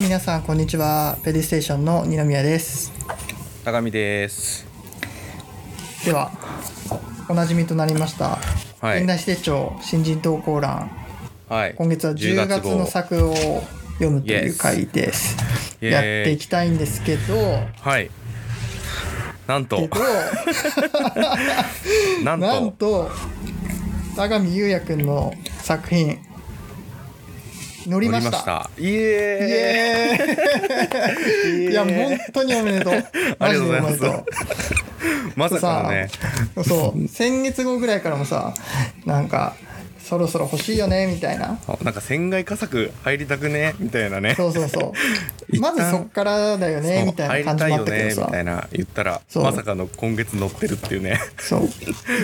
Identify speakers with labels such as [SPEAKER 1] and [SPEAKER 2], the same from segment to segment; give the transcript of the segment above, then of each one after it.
[SPEAKER 1] 皆さんこんにちはペディステーションの二宮です
[SPEAKER 2] 高見です。
[SPEAKER 1] ではおなじみとなりました「
[SPEAKER 2] はい
[SPEAKER 1] みんな指定長新人投稿欄
[SPEAKER 2] はい。」
[SPEAKER 1] 今月は10月の作を読むという回です
[SPEAKER 2] イエーイ
[SPEAKER 1] やっていきたいんですけど
[SPEAKER 2] はい。なん
[SPEAKER 1] け
[SPEAKER 2] と
[SPEAKER 1] ど
[SPEAKER 2] なんと
[SPEAKER 1] なんと高見優也くんの作品乗りました
[SPEAKER 2] イ
[SPEAKER 1] イ
[SPEAKER 2] エ
[SPEAKER 1] エ
[SPEAKER 2] ー
[SPEAKER 1] ー
[SPEAKER 2] イ。
[SPEAKER 1] イいや本当におめでとうマジでおめでと
[SPEAKER 2] ありがとうございうまさか
[SPEAKER 1] さ
[SPEAKER 2] のね。
[SPEAKER 1] あそう先月号ぐらいからもさなんかそろそろ欲しいよねみたいな
[SPEAKER 2] なんか船外佳作入りたくねみたいなね。
[SPEAKER 1] そうそうそう
[SPEAKER 2] 一
[SPEAKER 1] まず
[SPEAKER 2] 旦
[SPEAKER 1] そっからだよねみたいな感じもあっ
[SPEAKER 2] 入り
[SPEAKER 1] た
[SPEAKER 2] たい
[SPEAKER 1] け
[SPEAKER 2] よ
[SPEAKER 1] ど
[SPEAKER 2] ねみたい
[SPEAKER 1] さ
[SPEAKER 2] な言ったら
[SPEAKER 1] そう
[SPEAKER 2] まさかの今月乗ってるっていうね。
[SPEAKER 1] そう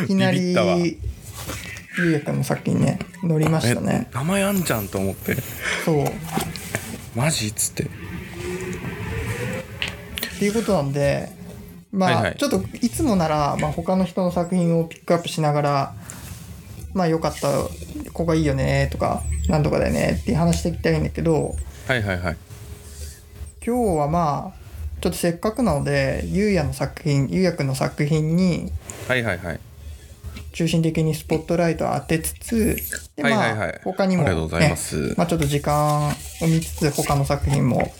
[SPEAKER 1] いきな
[SPEAKER 2] ビビったわ
[SPEAKER 1] りゆうやくんの作品ね乗りましたね
[SPEAKER 2] 名前あんじゃんと思って
[SPEAKER 1] そうっ
[SPEAKER 2] マジっつって
[SPEAKER 1] ていうことなんでまあ、
[SPEAKER 2] はいはい
[SPEAKER 1] ちょっといつもなら、まあ、他の人の作品をピックアップしながらまあよかったここがいいよねとかなんとかだよねっていう話していきたいんだけど
[SPEAKER 2] はいはいはい
[SPEAKER 1] 今日はまあちょっとせっかくなのでゆうやの作品ゆうやくんの作品に
[SPEAKER 2] はいはいはい
[SPEAKER 1] 中心的にスポットライトを当てつつでまあ、
[SPEAKER 2] はいはいはい
[SPEAKER 1] 他にも、
[SPEAKER 2] ありがとうございます
[SPEAKER 1] ねまあ、ちょっと時間を見つつ他の作品も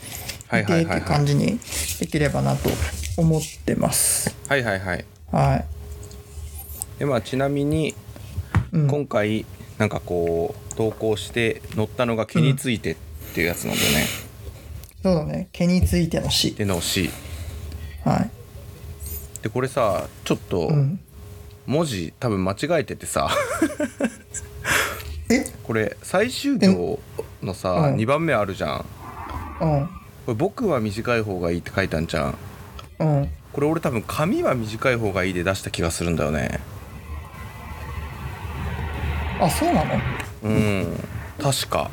[SPEAKER 2] は
[SPEAKER 1] 見
[SPEAKER 2] いは
[SPEAKER 1] てって
[SPEAKER 2] いはいいうはい
[SPEAKER 1] 感じにできればなと思ってます
[SPEAKER 2] はいはいはい
[SPEAKER 1] はい、
[SPEAKER 2] でまあちなみに
[SPEAKER 1] うん、
[SPEAKER 2] 今回なんかこう投稿して乗ったのが毛についてっていうやつなんだよね、
[SPEAKER 1] そうだね毛についての詩
[SPEAKER 2] での C
[SPEAKER 1] はい
[SPEAKER 2] でこれさちょっと
[SPEAKER 1] うん
[SPEAKER 2] 文字多分間違えててさ
[SPEAKER 1] え
[SPEAKER 2] これ最終行のさ
[SPEAKER 1] うん
[SPEAKER 2] 2番目あるじゃんこ
[SPEAKER 1] うん
[SPEAKER 2] れ僕は短い方がいいって書いたんじゃん
[SPEAKER 1] うん
[SPEAKER 2] これ俺多分髪は短い方がいいで出した気がするんだよね
[SPEAKER 1] あそうなの
[SPEAKER 2] うん確か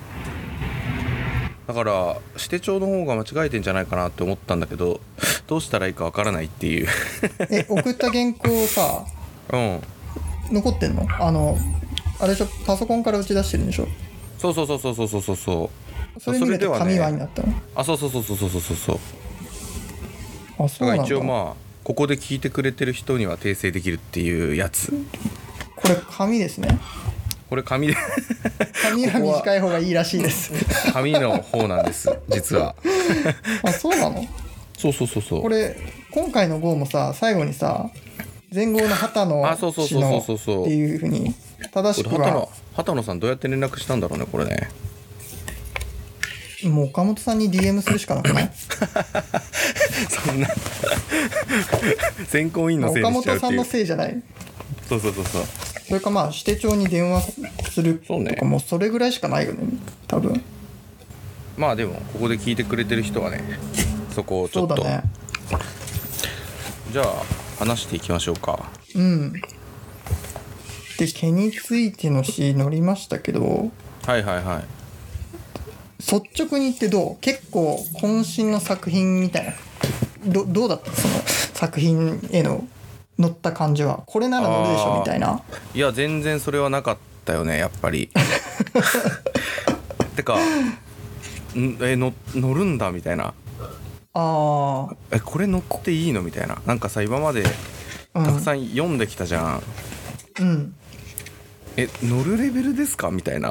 [SPEAKER 2] だから指定帳の方が間違えてんじゃないかなって思ったんだけどどうしたらいいかわからないっていう
[SPEAKER 1] え送った原稿さ
[SPEAKER 2] うん
[SPEAKER 1] 残ってんのあのあれでしょパソコンから打ち出してるんでしょ
[SPEAKER 2] そうそうそうそうそうそうそうそう
[SPEAKER 1] それ見ると紙はになったの、
[SPEAKER 2] あそうそうそうそうそうそうそうそう
[SPEAKER 1] あそ
[SPEAKER 2] だ
[SPEAKER 1] うなん
[SPEAKER 2] から
[SPEAKER 1] だ
[SPEAKER 2] 一応まあここで聞いてくれてる人には訂正できるっていうやつ
[SPEAKER 1] これ紙ですね
[SPEAKER 2] これ紙で
[SPEAKER 1] 紙は短い方がいいらしいです
[SPEAKER 2] 紙の方なんです実は
[SPEAKER 1] あそうなの
[SPEAKER 2] そうそうそうそう
[SPEAKER 1] これ今回の号もさ最後にさ前号の旗の
[SPEAKER 2] あそうそうそうそうそうそう
[SPEAKER 1] 詩のっていうふうに正し
[SPEAKER 2] こ
[SPEAKER 1] く
[SPEAKER 2] れ畑
[SPEAKER 1] は
[SPEAKER 2] 野畑野さんどうやって連絡したんだろうねこれね
[SPEAKER 1] もう岡本さんに DM するしかなくない
[SPEAKER 2] そんな選考委員 のせい
[SPEAKER 1] 岡
[SPEAKER 2] にしちゃう
[SPEAKER 1] 本さ
[SPEAKER 2] って
[SPEAKER 1] ん
[SPEAKER 2] い
[SPEAKER 1] の
[SPEAKER 2] う
[SPEAKER 1] せいじゃない
[SPEAKER 2] そうそうそうそう
[SPEAKER 1] それかまあ指定帳に電話する
[SPEAKER 2] そうね
[SPEAKER 1] とかもうそれぐらいしかないよね多分
[SPEAKER 2] まあでもここで聞いてくれてる人 はねそこをち
[SPEAKER 1] そ
[SPEAKER 2] ょ
[SPEAKER 1] う
[SPEAKER 2] っ
[SPEAKER 1] だ
[SPEAKER 2] と、
[SPEAKER 1] ね
[SPEAKER 2] じゃあ話していきましょうか
[SPEAKER 1] うんで毛についての詩乗りましたけど
[SPEAKER 2] はいはいはい
[SPEAKER 1] 率直に言ってどう結構渾身の作品みたいなどどうだったその作品への乗った感じはこれなら乗るでし
[SPEAKER 2] あ
[SPEAKER 1] ょ
[SPEAKER 2] ー
[SPEAKER 1] みたいない
[SPEAKER 2] や全然それはなかったよねやっ ぱりてかんえの乗るんだみたいな
[SPEAKER 1] あー
[SPEAKER 2] えこれ乗っていいのみたいななんかさ今まで
[SPEAKER 1] うん
[SPEAKER 2] たくさん読んできたじゃん、
[SPEAKER 1] うん
[SPEAKER 2] え乗るレベルですかみた いな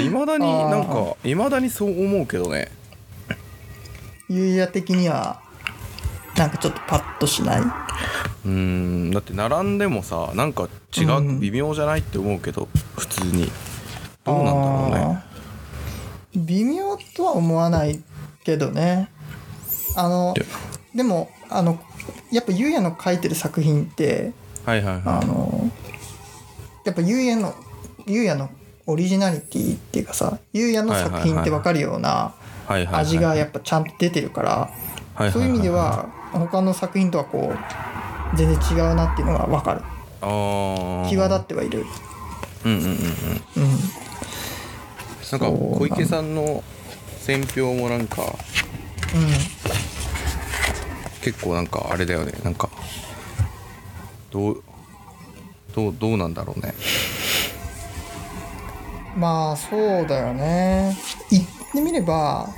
[SPEAKER 2] いまだになんかいまだにそう思うけどね
[SPEAKER 1] ゆうや的にはなんかちょっとパッとしないう
[SPEAKER 2] ーんだって並んでもさなんか違う、
[SPEAKER 1] うん
[SPEAKER 2] 微妙じゃないって思うけど普通にどうなんだろうね
[SPEAKER 1] あー微妙とは思わないけどねあの
[SPEAKER 2] で
[SPEAKER 1] でもあのやっぱゆうやの書いてる作品って
[SPEAKER 2] はいはい
[SPEAKER 1] あ
[SPEAKER 2] は
[SPEAKER 1] のやっぱゆうやのゆうやのオリジナリティっていうかさゆうやの作品って分かるようない
[SPEAKER 2] はいはいはい
[SPEAKER 1] 味がやっぱちゃんと出てるから
[SPEAKER 2] はいはいはい
[SPEAKER 1] そういう意味では他の作品とはこう全然違うなっていうのが分かる
[SPEAKER 2] あー
[SPEAKER 1] 際立ってはいる
[SPEAKER 2] うんうんうんうん
[SPEAKER 1] うん
[SPEAKER 2] なんか
[SPEAKER 1] そうなんだ
[SPEAKER 2] 小池さんの選評もなんか結構なんかあれだよねなんかどうどうどうなんだろうね
[SPEAKER 1] まあそうだよね言ってみれば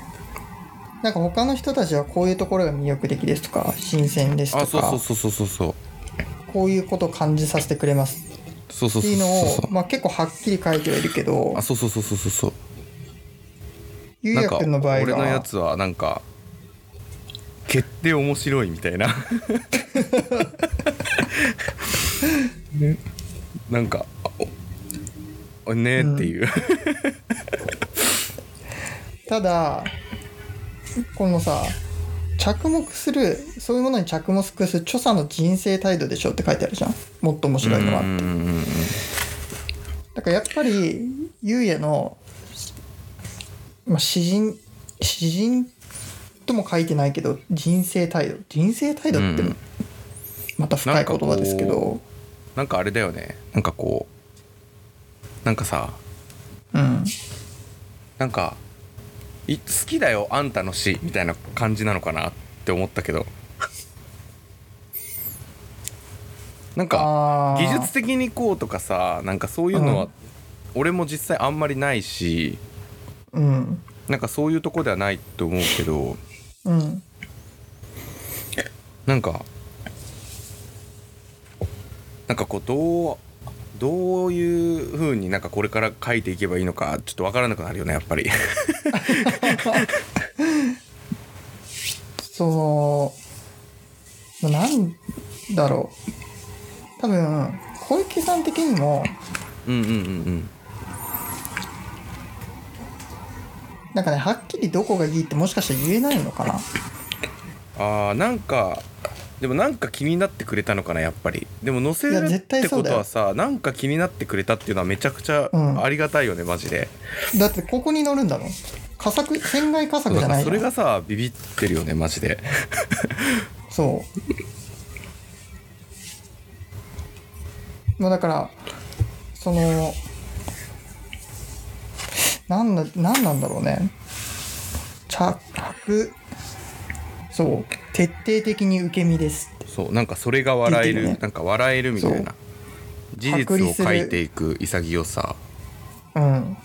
[SPEAKER 1] なんか他の人たちはこういうところが魅力的ですとか新鮮ですと
[SPEAKER 2] あそう
[SPEAKER 1] か
[SPEAKER 2] そうそうそうそうそう
[SPEAKER 1] こういうことを感じさせてくれます
[SPEAKER 2] そうそうそう
[SPEAKER 1] っていうの
[SPEAKER 2] そう
[SPEAKER 1] を、まあ、結構はっきり書いてはいるけど
[SPEAKER 2] あそうそうそうそうそうそう
[SPEAKER 1] ゆう
[SPEAKER 2] なん
[SPEAKER 1] や
[SPEAKER 2] か
[SPEAKER 1] くんの場合
[SPEAKER 2] 俺のや
[SPEAKER 1] が
[SPEAKER 2] つはなんか決定面白いみたいな ねなんかあおねっていう、
[SPEAKER 1] ただこのさ着目するそういうものに着目する著者の人生態度でしょって書いてあるじゃんもっと面白いのは
[SPEAKER 2] うんうんうん
[SPEAKER 1] だからやっぱりゆうやの、まあ、詩人詩人とも書いてないけど人生態度人生態度って
[SPEAKER 2] うん
[SPEAKER 1] また深い言葉ですけ
[SPEAKER 2] なんか
[SPEAKER 1] ど
[SPEAKER 2] なんかあれだよねなんかこうなんかさ
[SPEAKER 1] うん
[SPEAKER 2] なんかい好きだよあんたの詩みたいな感じなのかなって思ったけどなんか
[SPEAKER 1] あー
[SPEAKER 2] 技術的にこうとかさなんかそういうの
[SPEAKER 1] う
[SPEAKER 2] は
[SPEAKER 1] ん
[SPEAKER 2] 俺も実際あんまりないし
[SPEAKER 1] うん
[SPEAKER 2] なんかそういうとこではないと思うけど
[SPEAKER 1] うん
[SPEAKER 2] なんかなんかこうどうどういう風になんかこれから書いていけばいいのかちょっと分からなくなるよねやっぱり。
[SPEAKER 1] そのまあなんだろう多分小池さん的にも
[SPEAKER 2] うんうんうん
[SPEAKER 1] なんかねはっきりどこがいいってもしかしたら言えないのかな
[SPEAKER 2] うん、あーなんかでもなんか気になってくれたのかなやっぱりでも載せ
[SPEAKER 1] い
[SPEAKER 2] る
[SPEAKER 1] や
[SPEAKER 2] っ
[SPEAKER 1] 絶対
[SPEAKER 2] て
[SPEAKER 1] そ
[SPEAKER 2] こ
[SPEAKER 1] うだ
[SPEAKER 2] と
[SPEAKER 1] よ
[SPEAKER 2] はさなんか気になってくれたっていうのはめちゃくちゃ
[SPEAKER 1] うん
[SPEAKER 2] ありがたいよね、マジで
[SPEAKER 1] だってここに乗るんだもん佳作船外佳
[SPEAKER 2] そ
[SPEAKER 1] 作
[SPEAKER 2] う
[SPEAKER 1] じ
[SPEAKER 2] だ
[SPEAKER 1] ゃな
[SPEAKER 2] から
[SPEAKER 1] い
[SPEAKER 2] そ
[SPEAKER 1] の
[SPEAKER 2] れがさビビってるよねマ ジで
[SPEAKER 1] そう。まあだから、その、なんだ、なんなんだろうね。着、そう、徹底的に受け身ですって。
[SPEAKER 2] そうなんかそれが笑え
[SPEAKER 1] 言
[SPEAKER 2] る、
[SPEAKER 1] ってるよね
[SPEAKER 2] なんか笑えるみたい
[SPEAKER 1] そ
[SPEAKER 2] な
[SPEAKER 1] う
[SPEAKER 2] 事実を書いていく潔さ
[SPEAKER 1] うん。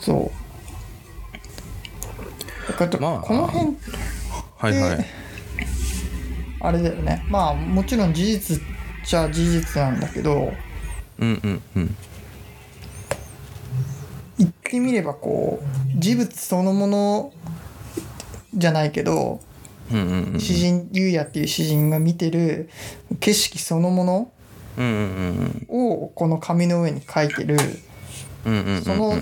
[SPEAKER 1] そう。だから
[SPEAKER 2] まあ
[SPEAKER 1] この辺
[SPEAKER 2] はいはい
[SPEAKER 1] あれだよねまあもちろん事実っちゃ事実なんだけど
[SPEAKER 2] うんうんうん
[SPEAKER 1] 言ってみればこう事物そのものじゃないけど
[SPEAKER 2] うんうんうん
[SPEAKER 1] 詩人優也っていう詩人が見てる景色そのもの
[SPEAKER 2] うんうん
[SPEAKER 1] をこの紙の上に書いてる
[SPEAKER 2] うんうんうんうん
[SPEAKER 1] その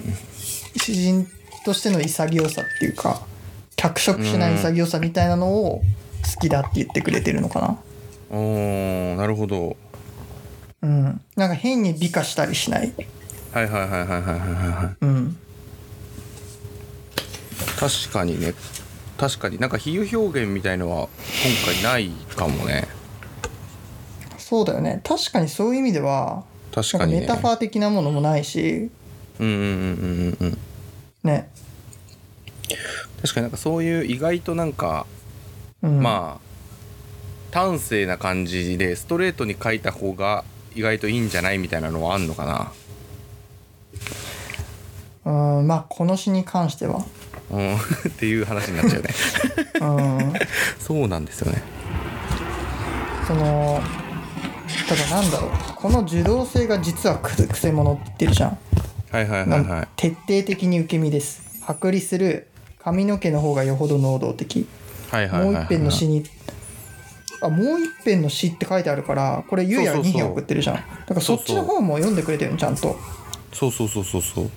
[SPEAKER 1] 詩人としての潔さっていうか脚色しない潔さみたいなのを好きだって言ってくれてるのかな。
[SPEAKER 2] おーなるほど
[SPEAKER 1] うん、なんか変に美化したりしない。
[SPEAKER 2] はいはいはいはいはいはいはい
[SPEAKER 1] うん、
[SPEAKER 2] 確かにね確かになんか比喩表現みたいのは今回ないかもね
[SPEAKER 1] そうだよね確かにそういう意味では
[SPEAKER 2] 確かにね
[SPEAKER 1] なんかメタファー的なものもないし
[SPEAKER 2] うんうんうんうんうん
[SPEAKER 1] ね
[SPEAKER 2] 確かになんかそういう意外となんか、
[SPEAKER 1] うん、
[SPEAKER 2] まあ端正な感じでストレートに書いた方が意外といいんじゃないみたいなのはあんのかな
[SPEAKER 1] うんまあこの詩に関しては
[SPEAKER 2] うん っていう話になっちゃうね
[SPEAKER 1] うん
[SPEAKER 2] そうなんですよね
[SPEAKER 1] そのただなんだろうこの受動性が実はくせくせ者って言ってるじゃん、
[SPEAKER 2] はいはいは
[SPEAKER 1] ないん
[SPEAKER 2] はい
[SPEAKER 1] 徹底的に受け身です剥離する髪の毛の方がよほど能動的
[SPEAKER 2] はいはい
[SPEAKER 1] も
[SPEAKER 2] は
[SPEAKER 1] う
[SPEAKER 2] い
[SPEAKER 1] 一遍の詩にあもう一遍の詩って書いてあるからこれゆうやが
[SPEAKER 2] そうそ
[SPEAKER 1] 2
[SPEAKER 2] うそう
[SPEAKER 1] 編送ってるじゃんだからそっちの方も読んでくれてるのちゃんと
[SPEAKER 2] そうそうそうそうそう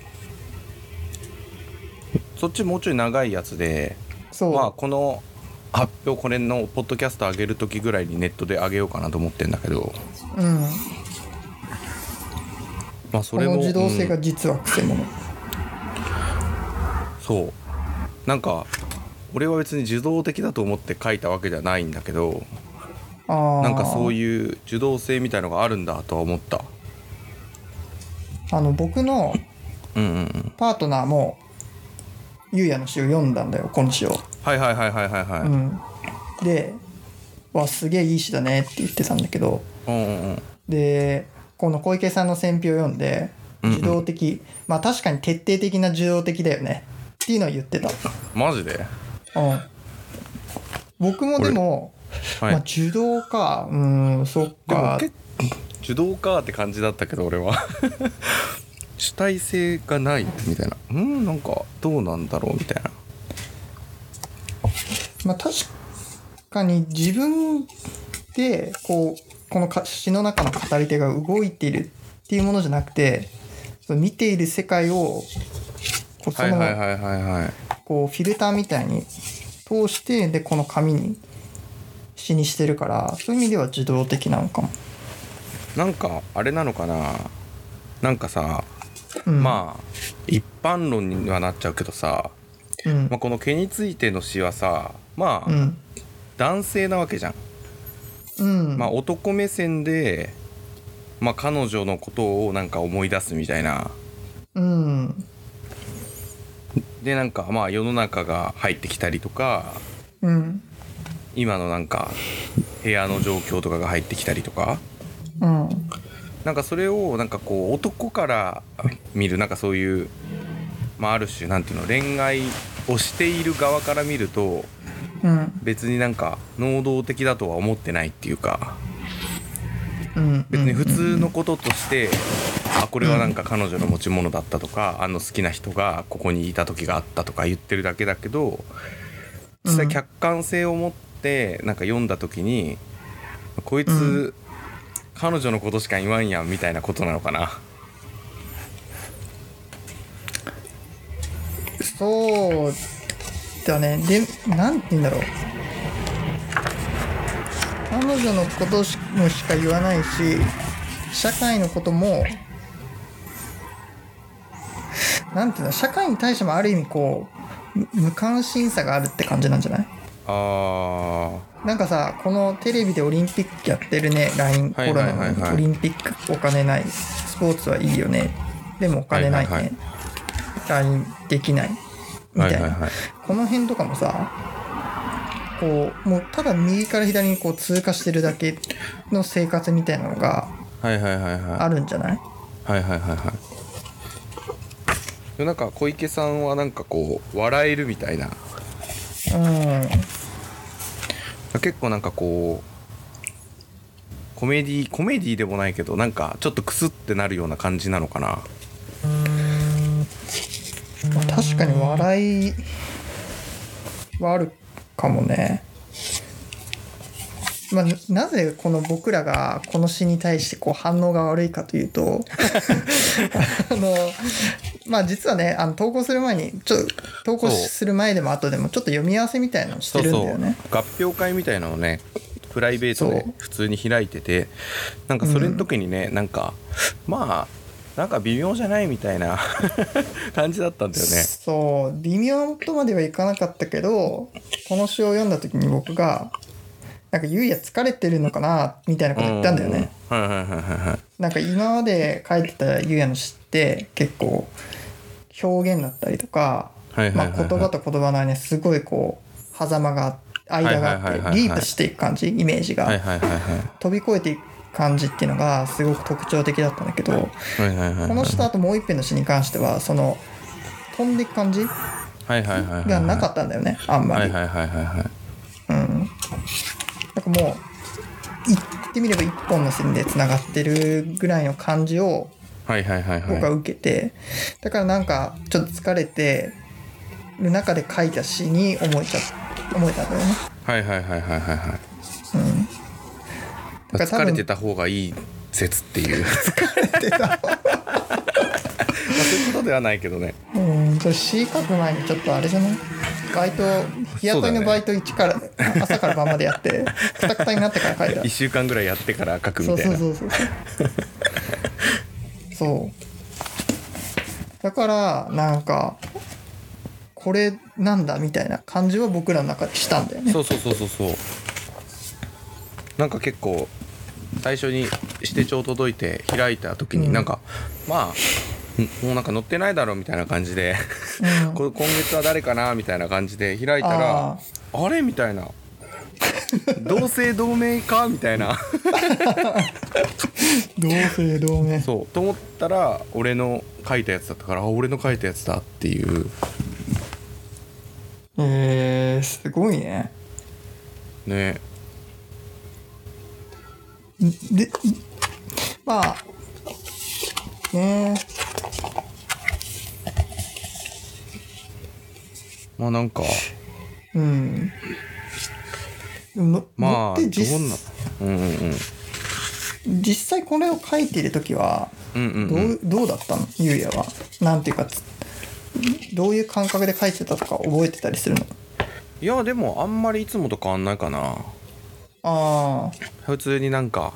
[SPEAKER 2] そっちもうちょい長いやつで
[SPEAKER 1] そう、
[SPEAKER 2] まあこの発表これのポッドキャスト上げる時ぐらいにネットで上げようかなと思ってんだけど
[SPEAKER 1] うん
[SPEAKER 2] まあそ
[SPEAKER 1] こ
[SPEAKER 2] れ
[SPEAKER 1] の
[SPEAKER 2] も
[SPEAKER 1] 自動性
[SPEAKER 2] う
[SPEAKER 1] が
[SPEAKER 2] ん
[SPEAKER 1] 実はくせ者、
[SPEAKER 2] そうなんか俺は別に受動的だと思って書いたわけじゃないんだけど
[SPEAKER 1] ああ
[SPEAKER 2] なんかそういう受動性みたいのがあるんだとは思った
[SPEAKER 1] あの僕の
[SPEAKER 2] うんうんうん
[SPEAKER 1] パートナーもゆうやの詩を読んだんだよこの詩を、
[SPEAKER 2] はいはいはいはいはいはい、う、
[SPEAKER 1] うんん、で「わすげえいい詩だね」って言ってたんだけど
[SPEAKER 2] うんうん
[SPEAKER 1] でこの小池さんの選評を読んで
[SPEAKER 2] うんうん
[SPEAKER 1] 受動的、まあ確かに徹底的な受動的だよねっていうのは言ってた、
[SPEAKER 2] マジで
[SPEAKER 1] うん、僕もでも、
[SPEAKER 2] はい
[SPEAKER 1] まあ、受動かうんそっ
[SPEAKER 2] で
[SPEAKER 1] か
[SPEAKER 2] も結構受動かって感じだったけど俺は 主体性がないみたいなうんなんかどうなんだろうみたいな
[SPEAKER 1] まあ、確かに自分でこうこのか詩の中の語り手が動いているっていうものじゃなくてその見ている世界をこうそ
[SPEAKER 2] はい
[SPEAKER 1] の
[SPEAKER 2] はいはいはいはい
[SPEAKER 1] こうフィルターみたいに通してでこの紙に詩にしてるからそういう意味では受動的なのかも。
[SPEAKER 2] なんかあれなのかななんかさ、
[SPEAKER 1] うん、
[SPEAKER 2] まあ一般論にはなっちゃうけどさ、
[SPEAKER 1] あ、うん
[SPEAKER 2] まあ、この毛についての詩はさまあ、
[SPEAKER 1] うん
[SPEAKER 2] 男性なわけじゃん、
[SPEAKER 1] うん
[SPEAKER 2] まあ、男目線で、まあ、彼女のことをなんか思い出すみたいな
[SPEAKER 1] うん
[SPEAKER 2] でなんかまあ世の中が入ってきたりとか
[SPEAKER 1] うん
[SPEAKER 2] 今のなんか部屋の状況とかが入ってきたりとか
[SPEAKER 1] うん
[SPEAKER 2] なんかそれをなんかこう男から見るなんかそういう、まあ、ある種なんていうの恋愛をしている側から見ると
[SPEAKER 1] うん
[SPEAKER 2] 別になんか能動的だとは思ってないっていうか
[SPEAKER 1] うん
[SPEAKER 2] 別に普通のこととしてあこれはなんか彼女の持ち物だったとかあの好きな人がここにいた時があったとか言ってるだけだけど実際客観性を持ってなんか読んだ時にこいつ彼女のことしか言わんやんみたいなことなのかな。
[SPEAKER 1] そうだねでなんて言うんだろう彼女のことしもしか言わないし社会のこともなんていうの社会に対してもある意味こうむ無関心さがあるって感じなんじゃない
[SPEAKER 2] あー
[SPEAKER 1] なんかさこのテレビでオリンピックやってるね LINE コ
[SPEAKER 2] はい
[SPEAKER 1] ロ
[SPEAKER 2] はいはい
[SPEAKER 1] ナの
[SPEAKER 2] はい
[SPEAKER 1] オリンピックお金ないスポーツはいいよねでもお金ない
[SPEAKER 2] はいはい
[SPEAKER 1] ね LINE できないみたい
[SPEAKER 2] はいはいは
[SPEAKER 1] ないこの辺とかもさこうもうただ右から左にこう通過してるだけの生活みたいなのが
[SPEAKER 2] はいはいはいはい
[SPEAKER 1] あるんじゃない
[SPEAKER 2] はいはいはいはいでもなんか小池さんはなんかこう笑えるみたいな
[SPEAKER 1] うん
[SPEAKER 2] 結構なんかこうコメディコメディでもないけどなんかちょっとクスってなるような感じなのかな
[SPEAKER 1] まあ確かに笑いはあるかもね。まあ、ななぜこの僕らがこの詩に対してこう反応が悪いかというと あのまあ実はねあの投稿する前にちょ投稿
[SPEAKER 2] そう
[SPEAKER 1] する前でも後でもちょっと読み合わせみたいなのしてるんだよね。
[SPEAKER 2] 合評会みたいなのをねプライベートで
[SPEAKER 1] そう
[SPEAKER 2] 普通に開いててなんかそれの時にね、なんかまあなんか微妙じゃないみたいな 感じだったんだよね
[SPEAKER 1] そう微妙とまではいかなかったけどこの詩を読んだ時に僕がなんか「ゆうや疲れてるのかな」みたいなこと言ったんだよね。
[SPEAKER 2] うんはいはいはいはいはい
[SPEAKER 1] なんか今まで書いてたゆうやの詩って結構表現だったりとか、
[SPEAKER 2] はいはいはいはい
[SPEAKER 1] まあ言葉と言葉の間にすごいこう狭間が間が
[SPEAKER 2] はいはいはいはい
[SPEAKER 1] あ
[SPEAKER 2] は
[SPEAKER 1] っ
[SPEAKER 2] い
[SPEAKER 1] てリープしていく感じイメージが、
[SPEAKER 2] はいはいはいはい
[SPEAKER 1] 飛び越えていく感じっていうのがすごく特徴的だったんだけど、
[SPEAKER 2] はいはいはい
[SPEAKER 1] この詩とあともう一編の詩に関してはその飛んでいく感じ
[SPEAKER 2] はいはいはいはい
[SPEAKER 1] がなかったんだよねあんまり。
[SPEAKER 2] はいはいはいはいはい
[SPEAKER 1] うん、なんかもう言ってみれば一本の線でつながってるぐらいの感じを
[SPEAKER 2] はいはいはいはい
[SPEAKER 1] 僕は受けて、だからなんかちょっと疲れてる中で書いた詩に思えちゃ思えたんだよね。
[SPEAKER 2] はいはいはいはいはいはい
[SPEAKER 1] うんだから多
[SPEAKER 2] 疲
[SPEAKER 1] 分
[SPEAKER 2] れてた方がいい説っていう疲れて たまあそういうことではないけどね
[SPEAKER 1] うん、それ詩書く前にちょっとあれじゃないバイト日雇いのバイト1から、朝から晩までや ってくたくたになってから書いた
[SPEAKER 2] 1週間ぐらいやってから書くみ
[SPEAKER 1] そう
[SPEAKER 2] たい
[SPEAKER 1] そう
[SPEAKER 2] な
[SPEAKER 1] そうそうそうだからなんかこれなんだみたいな感じは僕らの中でしたんだよね
[SPEAKER 2] そうそうそうそうそうなんか結構最初に指定帳届いて開いた時になんか、まあんもうなんか載ってないだろうみたいな感じで、
[SPEAKER 1] うん
[SPEAKER 2] こ今月は誰かなみたいな感じで開いたら
[SPEAKER 1] あ
[SPEAKER 2] あれみたいな同姓同名かみた いな
[SPEAKER 1] 同姓同名
[SPEAKER 2] そうと思ったら俺の書いたやつだったからあ俺の書いたやつだっていう
[SPEAKER 1] えー、すごいね
[SPEAKER 2] ね
[SPEAKER 1] でまあね
[SPEAKER 2] まあなんか
[SPEAKER 1] えうんでもの
[SPEAKER 2] まあ
[SPEAKER 1] 乗って
[SPEAKER 2] ど
[SPEAKER 1] 実
[SPEAKER 2] んなうんうんうん
[SPEAKER 1] 実際これを書いている時は
[SPEAKER 2] うんうん
[SPEAKER 1] どう,、どうだったのゆうやはなんていうかつどういう感覚で書いてたとか覚えてたりするの
[SPEAKER 2] いやでもあんまりいつもと変わんないかな
[SPEAKER 1] あ
[SPEAKER 2] 普通になんか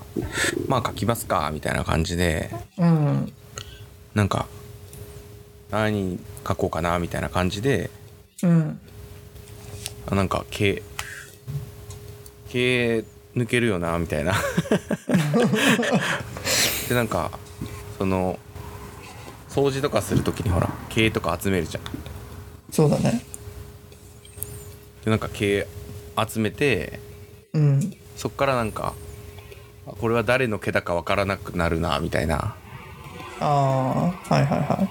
[SPEAKER 2] まあ書きますかみたいな感じで
[SPEAKER 1] あうん
[SPEAKER 2] なんか何書こうかなみたいな感じで
[SPEAKER 1] うん
[SPEAKER 2] あなんか毛毛抜けるよなみたいなでなんかその掃除とかするときにほら毛とか集めるじゃん
[SPEAKER 1] そうだね
[SPEAKER 2] でなんか毛集めて
[SPEAKER 1] うん
[SPEAKER 2] そっからなんかあこれは誰の毛だかわからなくなるなみたいな
[SPEAKER 1] ああはいはいはい
[SPEAKER 2] っ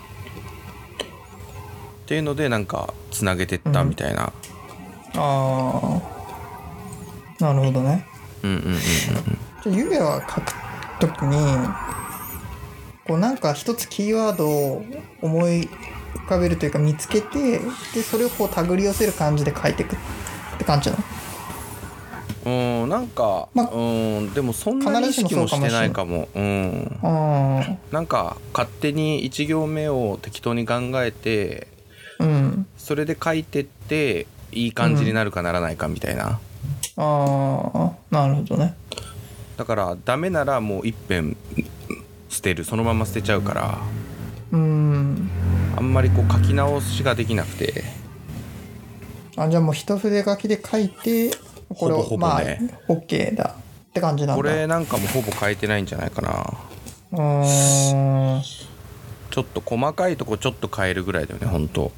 [SPEAKER 2] ていうのでなんかつなげてったみたいな、
[SPEAKER 1] ああなるほどね
[SPEAKER 2] うん、うんうんうん
[SPEAKER 1] じゃあゆうやは書くときにこうなんか一つキーワードを思い浮かべるというか見つけてでそれをこう手繰り寄せる感じで書いていくって感じなの
[SPEAKER 2] うんなんか、
[SPEAKER 1] まあ
[SPEAKER 2] うんでもそんなに意識もしてないかもうん
[SPEAKER 1] あ
[SPEAKER 2] なんか勝手に1行目を適当に考えて
[SPEAKER 1] あうん
[SPEAKER 2] それで書いてっていい感じになるかならないかみたいな、
[SPEAKER 1] ああなるほどね
[SPEAKER 2] だからダメならもう一遍捨てるそのまま捨てちゃうから
[SPEAKER 1] うん
[SPEAKER 2] あんまりこう書き直しができなくて
[SPEAKER 1] あじゃあもう一筆書きで書いてこれを
[SPEAKER 2] ほぼほぼ
[SPEAKER 1] まあ
[SPEAKER 2] ね
[SPEAKER 1] OK だって感じなんだ
[SPEAKER 2] これなんかもほぼ変えてないんじゃないかな
[SPEAKER 1] うーん
[SPEAKER 2] ちょっと細かいとこちょっと変えるぐらいだよね本当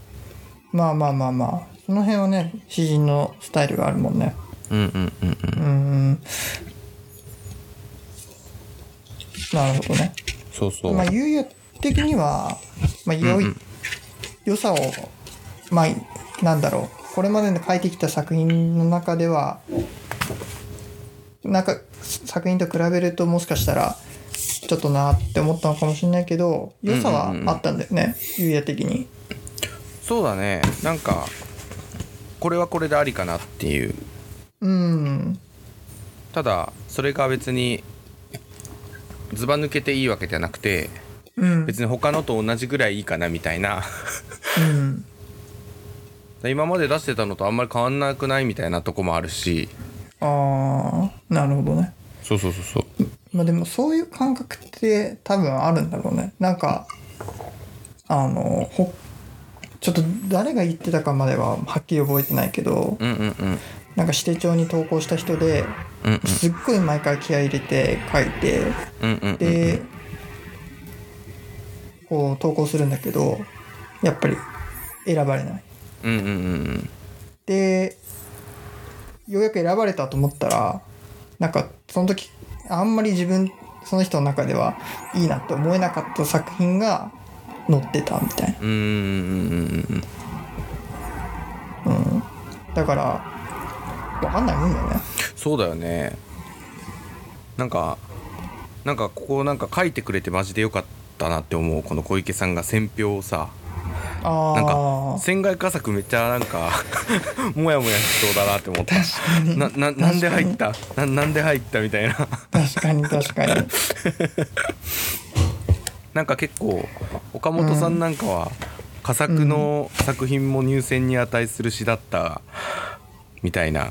[SPEAKER 1] まあまあまあまあその辺はね詩人のスタイルがあるもんね
[SPEAKER 2] うんうんうんうん
[SPEAKER 1] うんなるほどね
[SPEAKER 2] そうそう、
[SPEAKER 1] まあ優也的にはまあ良い、良さをまあなんだろうこれまでで書いてきた作品の中ではなんか作品と比べるともしかしたらちょっとなって思ったのかもしれないけど良さはあったんだよね優也、的に
[SPEAKER 2] そうだねなんかこれはこれでありかなっていう
[SPEAKER 1] うん
[SPEAKER 2] ただそれが別にずば抜けていいわけじゃなくて
[SPEAKER 1] うん
[SPEAKER 2] 別に他のと同じぐらいいいかなみたいな
[SPEAKER 1] うん
[SPEAKER 2] 今まで出してたのとあんまり変わんなくないみたいなとこもあるし
[SPEAKER 1] ああなるほどね
[SPEAKER 2] そうそうそうそう
[SPEAKER 1] まあでもそういう感覚って多分あるんだろうねなんかあのほちょっと誰が言ってたかまでははっきり覚えてないけど
[SPEAKER 2] うんうんうん
[SPEAKER 1] なんか指定帳に投稿した人で
[SPEAKER 2] うんうん
[SPEAKER 1] すっごい毎回気合い入れて書いて
[SPEAKER 2] うんうんうん
[SPEAKER 1] でこう投稿するんだけどやっぱり選ばれない
[SPEAKER 2] うんうんうん
[SPEAKER 1] でようやく選ばれたと思ったらなんかその時あんまり自分その人の中ではいいなって思えなかった作品が載ってたみたいな
[SPEAKER 2] うんうんうんうんうん
[SPEAKER 1] だからわかんないもんだよね
[SPEAKER 2] そうだよねなんかなんかここなんか書いてくれてマジでよかったなって思うこの小池さんが選票をさ
[SPEAKER 1] あ
[SPEAKER 2] なん
[SPEAKER 1] あ
[SPEAKER 2] か船外佳作めっちゃなんか モヤモヤしそうだなって思ったなななんで入ったななんで入ったみたいな
[SPEAKER 1] 確かに確かに
[SPEAKER 2] なんか結構岡本さんなんかは佳作の作品も入選に値する詩だったみたいな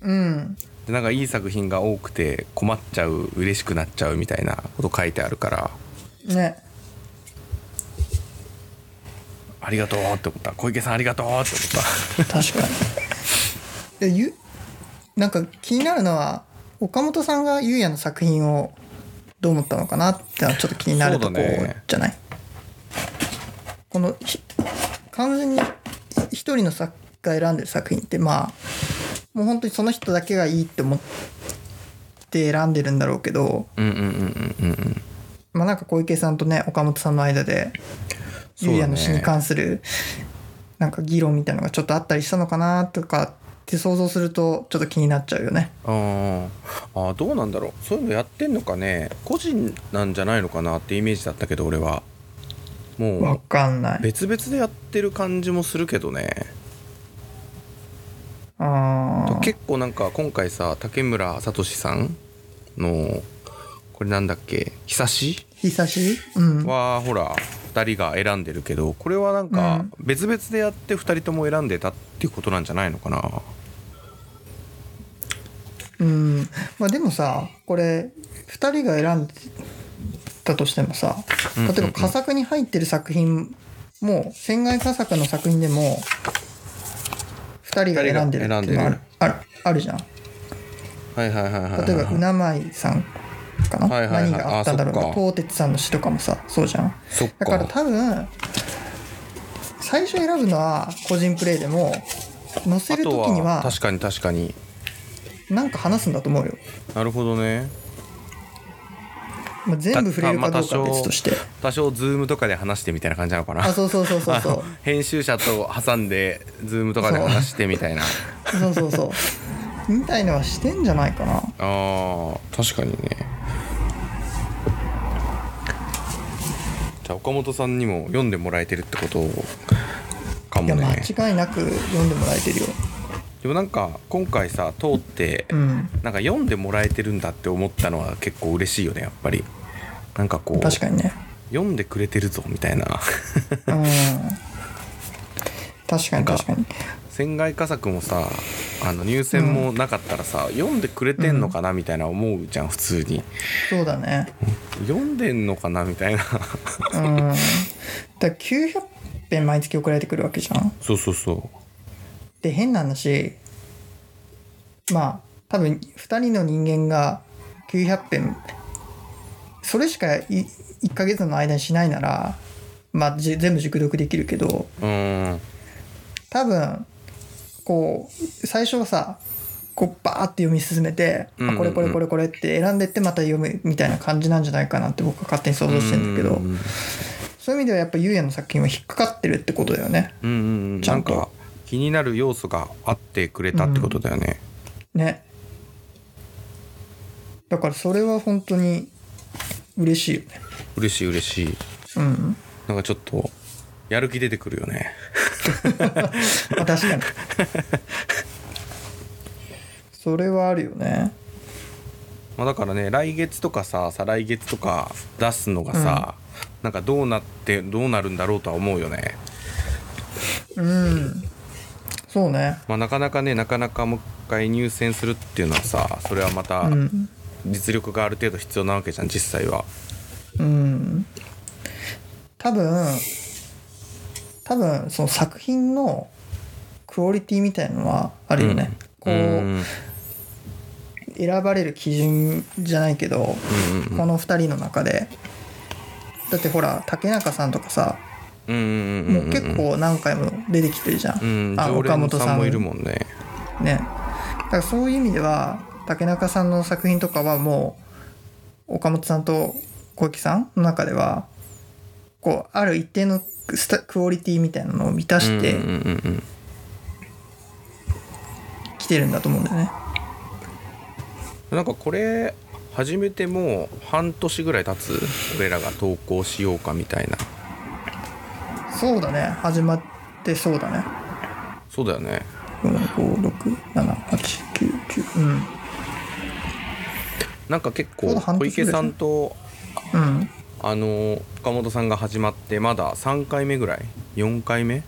[SPEAKER 1] うん
[SPEAKER 2] でなんかいい作品が多くて困っちゃう嬉しくなっちゃうみたいなこと書いてあるから
[SPEAKER 1] ね
[SPEAKER 2] ありがとうって思った小池さんありがとうって思った
[SPEAKER 1] 確かにでゆなんか気になるのは岡本さんがゆうやの作品をどう思ったのかなってのはちょっと気になるとこ
[SPEAKER 2] そうだね
[SPEAKER 1] じゃない、このひ完全に一人の作家が選んでる作品ってまあもう本当にその人だけがいいって思って選んでるんだろうけど、
[SPEAKER 2] うんうんうんうんうんうん
[SPEAKER 1] まあ、なんか小池さんとね岡本さんの間で
[SPEAKER 2] そうだ
[SPEAKER 1] ユ
[SPEAKER 2] ね
[SPEAKER 1] リアの死に関するなんか議論みたいなのがちょっとあったりしたのかなとかって想像するとちょっと気になっちゃうよね。
[SPEAKER 2] あーあーどうなんだろうそういうのやってんのかね個人なんじゃないのかなってイメージだったけど俺は
[SPEAKER 1] わ
[SPEAKER 2] も
[SPEAKER 1] かんな
[SPEAKER 2] う
[SPEAKER 1] い。
[SPEAKER 2] 別々でやってる感じもするけどね
[SPEAKER 1] あー
[SPEAKER 2] 結構なんか今回さ竹村聡さんのこれなんだっけ「ひさし
[SPEAKER 1] 久しうん。
[SPEAKER 2] はほら2人が選んでるけどこれはなん
[SPEAKER 1] う
[SPEAKER 2] か
[SPEAKER 1] ん
[SPEAKER 2] 別々でやって2人とも選んでたっていうことなんじゃないのかな
[SPEAKER 1] うん。まあでもさ、これ、二人が選んだとしてもさ、
[SPEAKER 2] うんうんうん
[SPEAKER 1] 例えば佳作に入ってる作品も、船外佳作の作品でも、二人が選んでるっていうのはあるあるあるじゃん。
[SPEAKER 2] はいはいはいはいはい
[SPEAKER 1] 例えば、うなまいさんかな、
[SPEAKER 2] はいはいはい
[SPEAKER 1] 何があったんだろう
[SPEAKER 2] あそっ
[SPEAKER 1] な
[SPEAKER 2] か
[SPEAKER 1] 東鉄さんの詩とかもさ、そうじゃん。
[SPEAKER 2] そっ
[SPEAKER 1] だから
[SPEAKER 2] か
[SPEAKER 1] 多分、最初選ぶのは個人プレイでも、載せ
[SPEAKER 2] あ
[SPEAKER 1] る
[SPEAKER 2] と
[SPEAKER 1] ときには、
[SPEAKER 2] は確かに確かに
[SPEAKER 1] なんか話すんだと思うよ。
[SPEAKER 2] なるほどね
[SPEAKER 1] まあ、全部触れるかどうか
[SPEAKER 2] た
[SPEAKER 1] は
[SPEAKER 2] まあ多少
[SPEAKER 1] 別として。
[SPEAKER 2] 多少ズームとかで話してみたいな感じなのかな
[SPEAKER 1] あそうそうそうそうそ
[SPEAKER 2] あの 編集者と挟んでズームとかで話してみたいな
[SPEAKER 1] うそうそうそうみたいのはしてんじゃないかな
[SPEAKER 2] あー確かにねじゃあ岡本さんにも読んでもらえてるってことか
[SPEAKER 1] い
[SPEAKER 2] も
[SPEAKER 1] や
[SPEAKER 2] ね
[SPEAKER 1] 間違いなく読んでもらえてるよ
[SPEAKER 2] でもなんか今回さ通って、
[SPEAKER 1] うん
[SPEAKER 2] なんか読んでもらえてるんだって思ったのは結構嬉しいよねやっぱりなんかこう
[SPEAKER 1] 確かにね
[SPEAKER 2] 読んでくれてるぞみたいな
[SPEAKER 1] うん確かに確かに
[SPEAKER 2] 船外佳作もさあの入選もなかったらさ、読んでくれてんのかなみたいな思うじゃん普通に
[SPEAKER 1] そうだね
[SPEAKER 2] 読んでんのかなみたいな
[SPEAKER 1] うんだから900編毎月送られてくるわけじゃん
[SPEAKER 2] そうそうそ
[SPEAKER 1] で変な話まあ多分2人の人間が900編それしか1ヶ月の間にしないならまあじ全部熟読できるけど
[SPEAKER 2] ううん
[SPEAKER 1] 多分こう最初はさこうバーって読み進めて、
[SPEAKER 2] うんうんうん
[SPEAKER 1] あこれこれこれこれって選んでってまた読むみたいな感じなんじゃないかなって僕は勝手に想像してんだけど
[SPEAKER 2] うん
[SPEAKER 1] そういう意味ではやっぱゆうやの作品は引っかかってるってことだよね。
[SPEAKER 2] うんうん
[SPEAKER 1] ちゃ
[SPEAKER 2] なん
[SPEAKER 1] んと
[SPEAKER 2] か気になる要素があってくれたってことだよね、
[SPEAKER 1] ね。だからそれは本当に嬉しいよね。
[SPEAKER 2] 嬉しい嬉しい
[SPEAKER 1] うん。
[SPEAKER 2] なんかちょっとやる気出てくるよね
[SPEAKER 1] まあ確かに。 それはあるよね。
[SPEAKER 2] まあ、だからね来月とかさ再来月とか出すのがさ、なんかどうなってどうなるんだろうとは思うよね、
[SPEAKER 1] うん。そうね。
[SPEAKER 2] まあ、なかなかねなかなかもう一回入選するっていうのはさそれはまた
[SPEAKER 1] うん。
[SPEAKER 2] 実力がある程度必要なわけじゃん実際は
[SPEAKER 1] うん多分多分その作品のクオリティみたいのはあるよね、こう、
[SPEAKER 2] うん
[SPEAKER 1] 選ばれる基準じゃないけど、
[SPEAKER 2] うんうん
[SPEAKER 1] この2人の中でだってほら竹中さんとかさ
[SPEAKER 2] うんうんうん
[SPEAKER 1] もう結構何回も出てきてるじゃん、
[SPEAKER 2] うん
[SPEAKER 1] あ
[SPEAKER 2] 常連さんもいるもんね
[SPEAKER 1] ねだからそういう意味では竹中さんの作品とかはもう岡本さんと小池さんの中ではこうある一定のスタクオリティみたいなのを満たし
[SPEAKER 2] うんう
[SPEAKER 1] て
[SPEAKER 2] んうんうん
[SPEAKER 1] きてるんだと思うんだよね。
[SPEAKER 2] なんかこれ始めてもう半年ぐらい経つ俺らが投稿しようかみたいな
[SPEAKER 1] そうだね始まってそうだね。
[SPEAKER 2] そうだよね
[SPEAKER 1] 4567899うん
[SPEAKER 2] なんか結
[SPEAKER 1] そう
[SPEAKER 2] 構
[SPEAKER 1] だ半年ぐら
[SPEAKER 2] 小
[SPEAKER 1] い
[SPEAKER 2] 池さんと
[SPEAKER 1] うん
[SPEAKER 2] あの岡本さんが始まってまだ3回目ぐらい4回目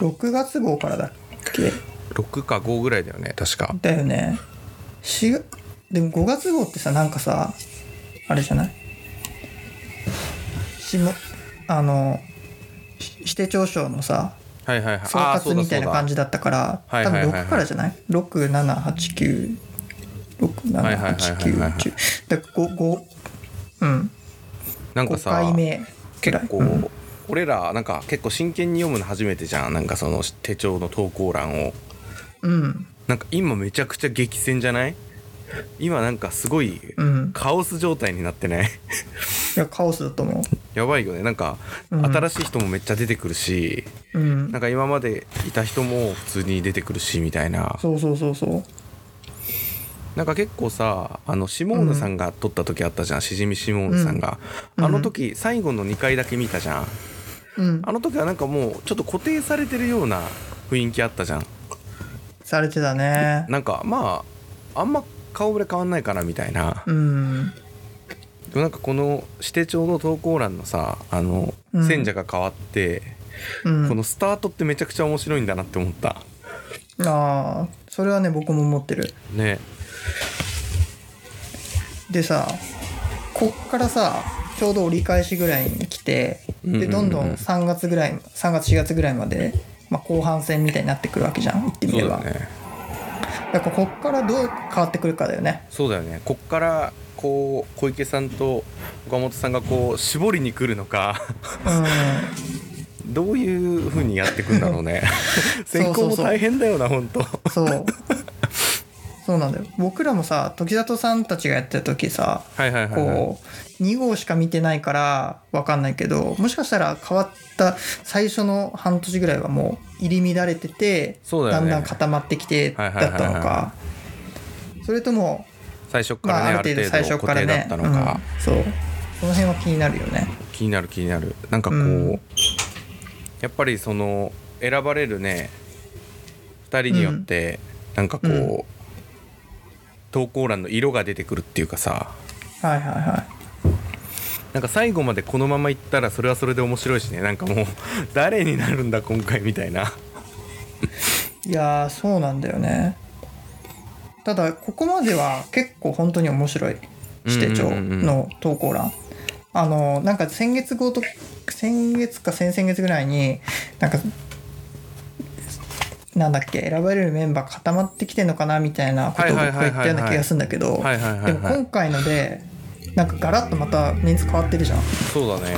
[SPEAKER 1] 6月号からだっけ
[SPEAKER 2] 6か5ぐらいだよね確か
[SPEAKER 1] だよねしでも5月号ってさなんかさあれじゃないしもあのし指定長賞のさ
[SPEAKER 2] はいはいはい
[SPEAKER 1] 総
[SPEAKER 2] あーそ
[SPEAKER 1] 括
[SPEAKER 2] うだ
[SPEAKER 1] みたいな
[SPEAKER 2] そうだ
[SPEAKER 1] 感じだったから
[SPEAKER 2] は
[SPEAKER 1] 多
[SPEAKER 2] いはい
[SPEAKER 1] 分
[SPEAKER 2] はいはい
[SPEAKER 1] 6からじゃない ?6789
[SPEAKER 2] はいはいはいはいはい
[SPEAKER 1] 6789だから5 5うん
[SPEAKER 2] なんか
[SPEAKER 1] 5
[SPEAKER 2] さ
[SPEAKER 1] 回目くらい
[SPEAKER 2] 結構、
[SPEAKER 1] うん
[SPEAKER 2] 俺らなんか結構真剣に読むの初めてじゃんなんかその手帳の投稿欄を
[SPEAKER 1] うん
[SPEAKER 2] なんか今めちゃくちゃ激戦じゃない今なんかすごい
[SPEAKER 1] うん
[SPEAKER 2] カオス状態になってない
[SPEAKER 1] い やカオスだと思
[SPEAKER 2] やばいよねなんか
[SPEAKER 1] う、うん、
[SPEAKER 2] 新
[SPEAKER 1] し
[SPEAKER 2] しい人もめっちゃ出てくるし、
[SPEAKER 1] い、うん
[SPEAKER 2] なん、か今までいた人も普通に出てくるしみたいな
[SPEAKER 1] そうそうそうそう
[SPEAKER 2] なんか結構さあのシモーヌさんが撮った時あったじゃん、しじみシモーヌさんが、
[SPEAKER 1] うん
[SPEAKER 2] あの時最後の2回だけ見たじゃん
[SPEAKER 1] うん
[SPEAKER 2] あの時はなんかもうちょっと固定されてるような雰囲気あったじゃん
[SPEAKER 1] されてたね
[SPEAKER 2] なんかまああんま顔ぶれ変わんないかなみたいな、
[SPEAKER 1] うん
[SPEAKER 2] でもなんかこの指定帳の投稿欄のさあの
[SPEAKER 1] うん
[SPEAKER 2] 選者が変わって、
[SPEAKER 1] うん
[SPEAKER 2] このスタートってめちゃくちゃ面白いんだなって思った
[SPEAKER 1] ああそれはね僕も思ってる
[SPEAKER 2] ね
[SPEAKER 1] でさこっからさちょうど折り返しぐらいに来て
[SPEAKER 2] うんうんう
[SPEAKER 1] で
[SPEAKER 2] ん
[SPEAKER 1] どんどん3月ぐらい3月4月ぐらいまで、まあ、後半戦みたいになってくるわけじゃん言ってみ
[SPEAKER 2] そ
[SPEAKER 1] れ
[SPEAKER 2] うだ
[SPEAKER 1] ば
[SPEAKER 2] よね
[SPEAKER 1] だからこっからどう変わってくるかだよね
[SPEAKER 2] そうだよねこっからこう小池さんと岡本さんがこう絞りに来るのか
[SPEAKER 1] う
[SPEAKER 2] どういう風にやってくんだろ うね 選考も大変だよな本当
[SPEAKER 1] んそう そうなんだよ僕らもさ時里さんたちがやってた時さ
[SPEAKER 2] はいはいはい、はい、
[SPEAKER 1] こう2号しか見てないから分かんないけどもしかしたら変わった最初の半年ぐらいはもう入り乱れてて
[SPEAKER 2] そうだよね
[SPEAKER 1] んだん固まってきてだった
[SPEAKER 2] はいはい
[SPEAKER 1] の
[SPEAKER 2] はいは
[SPEAKER 1] かそれとも、
[SPEAKER 2] 最初か
[SPEAKER 1] ま
[SPEAKER 2] ら
[SPEAKER 1] あ、
[SPEAKER 2] ね、
[SPEAKER 1] ある
[SPEAKER 2] ある
[SPEAKER 1] 程度
[SPEAKER 2] 程
[SPEAKER 1] 最
[SPEAKER 2] 度
[SPEAKER 1] 初
[SPEAKER 2] 固
[SPEAKER 1] か
[SPEAKER 2] 定
[SPEAKER 1] ら
[SPEAKER 2] だ
[SPEAKER 1] ね
[SPEAKER 2] ったのか、
[SPEAKER 1] うんそうその辺は気になるよね
[SPEAKER 2] 気になる気になるなんかこう、
[SPEAKER 1] うん
[SPEAKER 2] やっぱりその選ばれるね2人によってなんかこう、
[SPEAKER 1] う
[SPEAKER 2] 投稿欄の色が出てくるっていうかさ
[SPEAKER 1] はいはいは
[SPEAKER 2] なんか最後までこのままいったらそれはそれで面白いしねなんかもう 誰になるんだ今回みたいない
[SPEAKER 1] いやーそうなんだよねただここまでは結構本当に面白い指定帳の投稿欄、あのなんか先月号と先月か先々月ぐらいになんかなんだっけ選ばれるメンバー固まってきてんのかなみたいなことを僕
[SPEAKER 2] はい
[SPEAKER 1] が
[SPEAKER 2] はいはいはいはい
[SPEAKER 1] 言ったような気がするんだけど
[SPEAKER 2] はいはいは
[SPEAKER 1] で
[SPEAKER 2] い
[SPEAKER 1] も
[SPEAKER 2] はい
[SPEAKER 1] 今回のでなんかガラッとまた人数変わってるじゃん
[SPEAKER 2] そうだね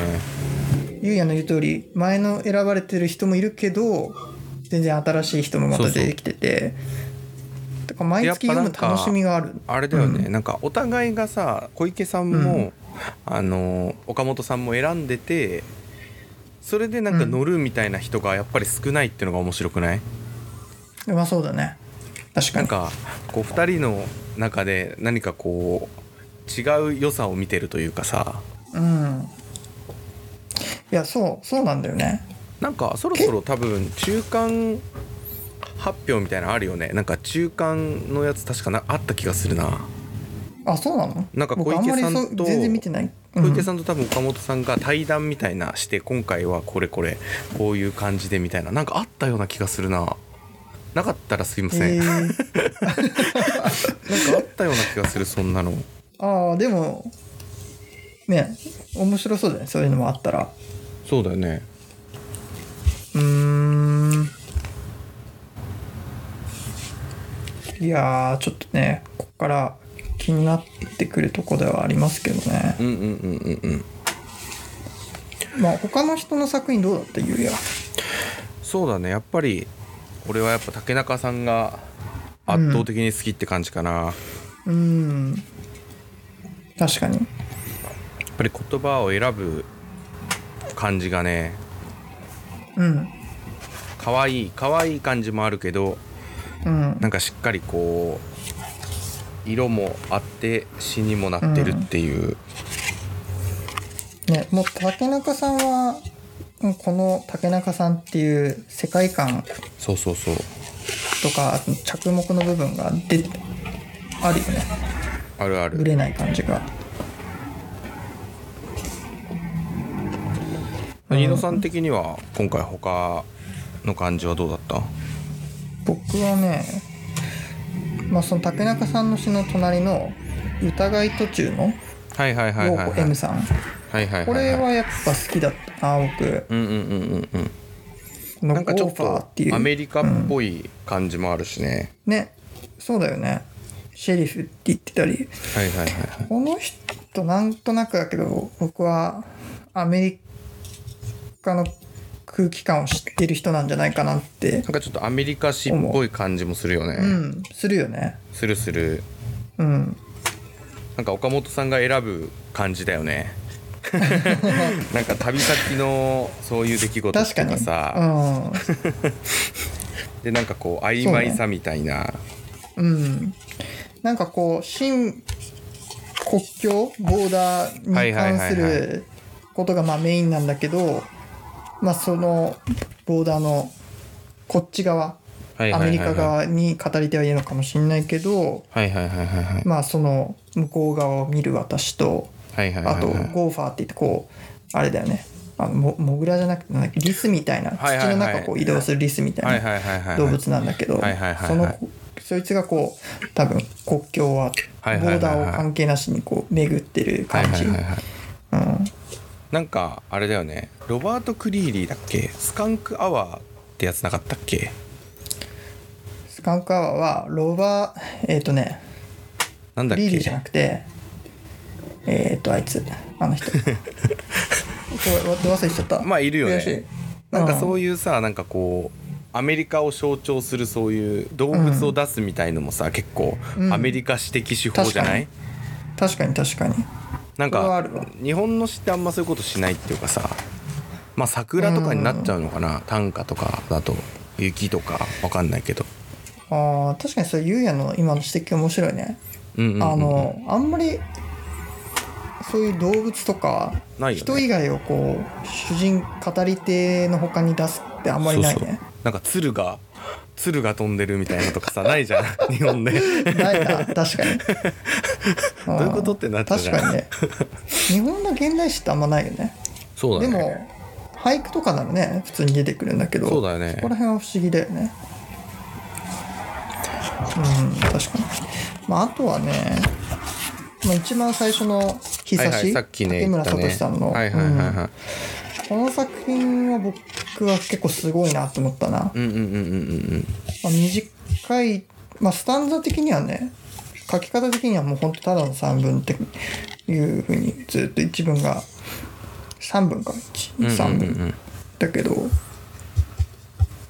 [SPEAKER 1] ゆうやの言う通り前の選ばれてる人もいるけど全然新しい人もまた出てきててだから毎月読む楽しみがある
[SPEAKER 2] あれだよね、
[SPEAKER 1] う
[SPEAKER 2] なんかお互いがさ小池さんも、
[SPEAKER 1] うん
[SPEAKER 2] あの岡本さんも選んでてそれでなんか乗るみたいな人がやっぱり少ないっていうのが面白くない、
[SPEAKER 1] まあそうだね確か
[SPEAKER 2] なん
[SPEAKER 1] に
[SPEAKER 2] かこう2人の中で何かこう違う良さを見てるというかさ
[SPEAKER 1] うんいやそうそうなんだよね
[SPEAKER 2] なんかそろそろ多分中間発表みたいなのあるよねなんか中間のやつ確かなあった気がするな
[SPEAKER 1] あそうなの
[SPEAKER 2] なんか
[SPEAKER 1] 僕
[SPEAKER 2] 小池さ
[SPEAKER 1] あ
[SPEAKER 2] んと
[SPEAKER 1] まりそう全然見てない
[SPEAKER 2] 小池
[SPEAKER 1] ん、
[SPEAKER 2] さんと多分岡本さんが対談みたいなして今回はこれこれこういう感じでみたいななんかあったような気がするななかったらすいません、
[SPEAKER 1] え
[SPEAKER 2] なんか
[SPEAKER 1] ー
[SPEAKER 2] あったような気がするそんなの
[SPEAKER 1] ああでもね面白そうだねそういうのもあったら
[SPEAKER 2] そうだよね
[SPEAKER 1] うーんいやーちょっとねここから気になってくるとこではありますけどね
[SPEAKER 2] うんうんうんうんうん
[SPEAKER 1] まあ他の人の作品どうだったゆうや
[SPEAKER 2] そうだねやっぱり俺はやっぱ竹中さんが圧倒的に好きって感じかな、やっ
[SPEAKER 1] うーん確かに
[SPEAKER 2] ぱり言葉を選ぶ感じがね
[SPEAKER 1] うん
[SPEAKER 2] 可愛い可愛い感じもあるけど
[SPEAKER 1] うん
[SPEAKER 2] なんかしっかりこう色もあって詩にもなってるっていう、
[SPEAKER 1] ねもう竹中さんはうんこの竹中さんっていう世界観
[SPEAKER 2] そうそうそう
[SPEAKER 1] とか着目の部分が出あるよね
[SPEAKER 2] あるあ
[SPEAKER 1] ぶ
[SPEAKER 2] る
[SPEAKER 1] れない感じが
[SPEAKER 2] 飯野さん的には今回他の感じはどうだった
[SPEAKER 1] 僕はね、まあ、その竹中さんの詩の隣の「疑い途中の
[SPEAKER 2] はいはいはい
[SPEAKER 1] 陽
[SPEAKER 2] はい
[SPEAKER 1] 子
[SPEAKER 2] はい
[SPEAKER 1] M さん」
[SPEAKER 2] はいはい
[SPEAKER 1] これ
[SPEAKER 2] い
[SPEAKER 1] はやっぱ好きだったな僕
[SPEAKER 2] うんうんうんうん
[SPEAKER 1] こ
[SPEAKER 2] うん
[SPEAKER 1] の
[SPEAKER 2] なんかちょっ
[SPEAKER 1] ゴーファー
[SPEAKER 2] と
[SPEAKER 1] っていう
[SPEAKER 2] アメリカっぽい感じもあるしね、
[SPEAKER 1] ねそうだよねシェリフって言ってたり
[SPEAKER 2] はいはいはいはい
[SPEAKER 1] この人なんとなくだけど僕はアメリカの空気感を知ってる人なんじゃないかなって
[SPEAKER 2] なんかちょっとアメリカ史っぽい感じもするよね、
[SPEAKER 1] うんするよね
[SPEAKER 2] するする
[SPEAKER 1] うん
[SPEAKER 2] なんか岡本さんが選ぶ感じだよねなんか旅先のそういう出来事と
[SPEAKER 1] 確か
[SPEAKER 2] か
[SPEAKER 1] に
[SPEAKER 2] さでなんかこう曖昧さみたいな
[SPEAKER 1] うん、うん、なんかこう新国境ボーダーに
[SPEAKER 2] はいはいはい
[SPEAKER 1] 関
[SPEAKER 2] はい
[SPEAKER 1] することがまあメインなんだけどまあそのボーダーのこっち側
[SPEAKER 2] はい
[SPEAKER 1] ア
[SPEAKER 2] はい
[SPEAKER 1] メ
[SPEAKER 2] は
[SPEAKER 1] リカ
[SPEAKER 2] いはい
[SPEAKER 1] 側に語り手はいるのかもしれないけど
[SPEAKER 2] はいはいはいはいはい
[SPEAKER 1] まあその向こう側を見る私と
[SPEAKER 2] はいはいはい
[SPEAKER 1] あと
[SPEAKER 2] はい
[SPEAKER 1] ゴーファーって言ってこうあれだよねあのモモグラじゃなくてなんだっけリスみたいな
[SPEAKER 2] はいはいは
[SPEAKER 1] 土
[SPEAKER 2] い
[SPEAKER 1] の中こう移動するリスみた
[SPEAKER 2] はい
[SPEAKER 1] いな
[SPEAKER 2] はいはいはい
[SPEAKER 1] 動物なんだけど
[SPEAKER 2] はいはいはいはい
[SPEAKER 1] そのそいつがこう多分国境はボ
[SPEAKER 2] はいはいはいはい
[SPEAKER 1] ーダーを関係なしにこう巡ってる感じ
[SPEAKER 2] はいはいはいはい
[SPEAKER 1] うん
[SPEAKER 2] なんかあれだよねロバート・クリーリーだっけスカンク・アワーってやつなかったっけ
[SPEAKER 1] スカンクアワーはロバえっ、とね
[SPEAKER 2] なんだっけ
[SPEAKER 1] リーリーじゃなくてえっ、とあいつあの 人ど忘れしちゃった
[SPEAKER 2] まあいるよ
[SPEAKER 1] 悔しい
[SPEAKER 2] ねなんかそう
[SPEAKER 1] い
[SPEAKER 2] いうさなんかこうアメリカを象徴するそういう動物を出すみたいのもさ、結構
[SPEAKER 1] うん
[SPEAKER 2] アメリカ史的手法じゃない、
[SPEAKER 1] 確うん確かに確かに
[SPEAKER 2] なん
[SPEAKER 1] それは
[SPEAKER 2] か
[SPEAKER 1] あるわ
[SPEAKER 2] 日本の詩ってあんまそういうことしないっていうかさまあ桜とかになっちゃうのかな、短歌とかだと雪とかわかんないけど、
[SPEAKER 1] あー確かにそれゆうやの今の指摘面白いね、
[SPEAKER 2] うんうんうんうん、
[SPEAKER 1] あのあんまりそういう動物とか、
[SPEAKER 2] ないよね
[SPEAKER 1] 人以外をこう主人語り手の他に出すってあんまりない
[SPEAKER 2] そうそう
[SPEAKER 1] ね
[SPEAKER 2] なんか鶴が鶴が飛んでるみたいなのとかさないじゃん 日本で
[SPEAKER 1] ないな確か に
[SPEAKER 2] どういうことってなっちゃうじ
[SPEAKER 1] 確
[SPEAKER 2] ゃん
[SPEAKER 1] かにね日本の現代史ってあんまないよね
[SPEAKER 2] そう
[SPEAKER 1] で
[SPEAKER 2] だね
[SPEAKER 1] も俳句とかならね普通に出てくるんだけど
[SPEAKER 2] そうだよね
[SPEAKER 1] そこら辺は不思議だよねうん確かにまああとはね、まあ、一番最初の「日
[SPEAKER 2] はい
[SPEAKER 1] 差
[SPEAKER 2] はい
[SPEAKER 1] し」
[SPEAKER 2] さっきね
[SPEAKER 1] 竹
[SPEAKER 2] 言
[SPEAKER 1] 村
[SPEAKER 2] ったね
[SPEAKER 1] 聡さんの、
[SPEAKER 2] はいはいはいはい、
[SPEAKER 1] うんこの作品は僕は結構すごいなと思ったな、
[SPEAKER 2] うんうんうんうんうん
[SPEAKER 1] まあ、短い、まあ、スタンザ的にはね書き方的にはもうほんとただの3文っていうふうにずっと1文が3文か
[SPEAKER 2] うん
[SPEAKER 1] 3文、
[SPEAKER 2] うんうんうん
[SPEAKER 1] だけど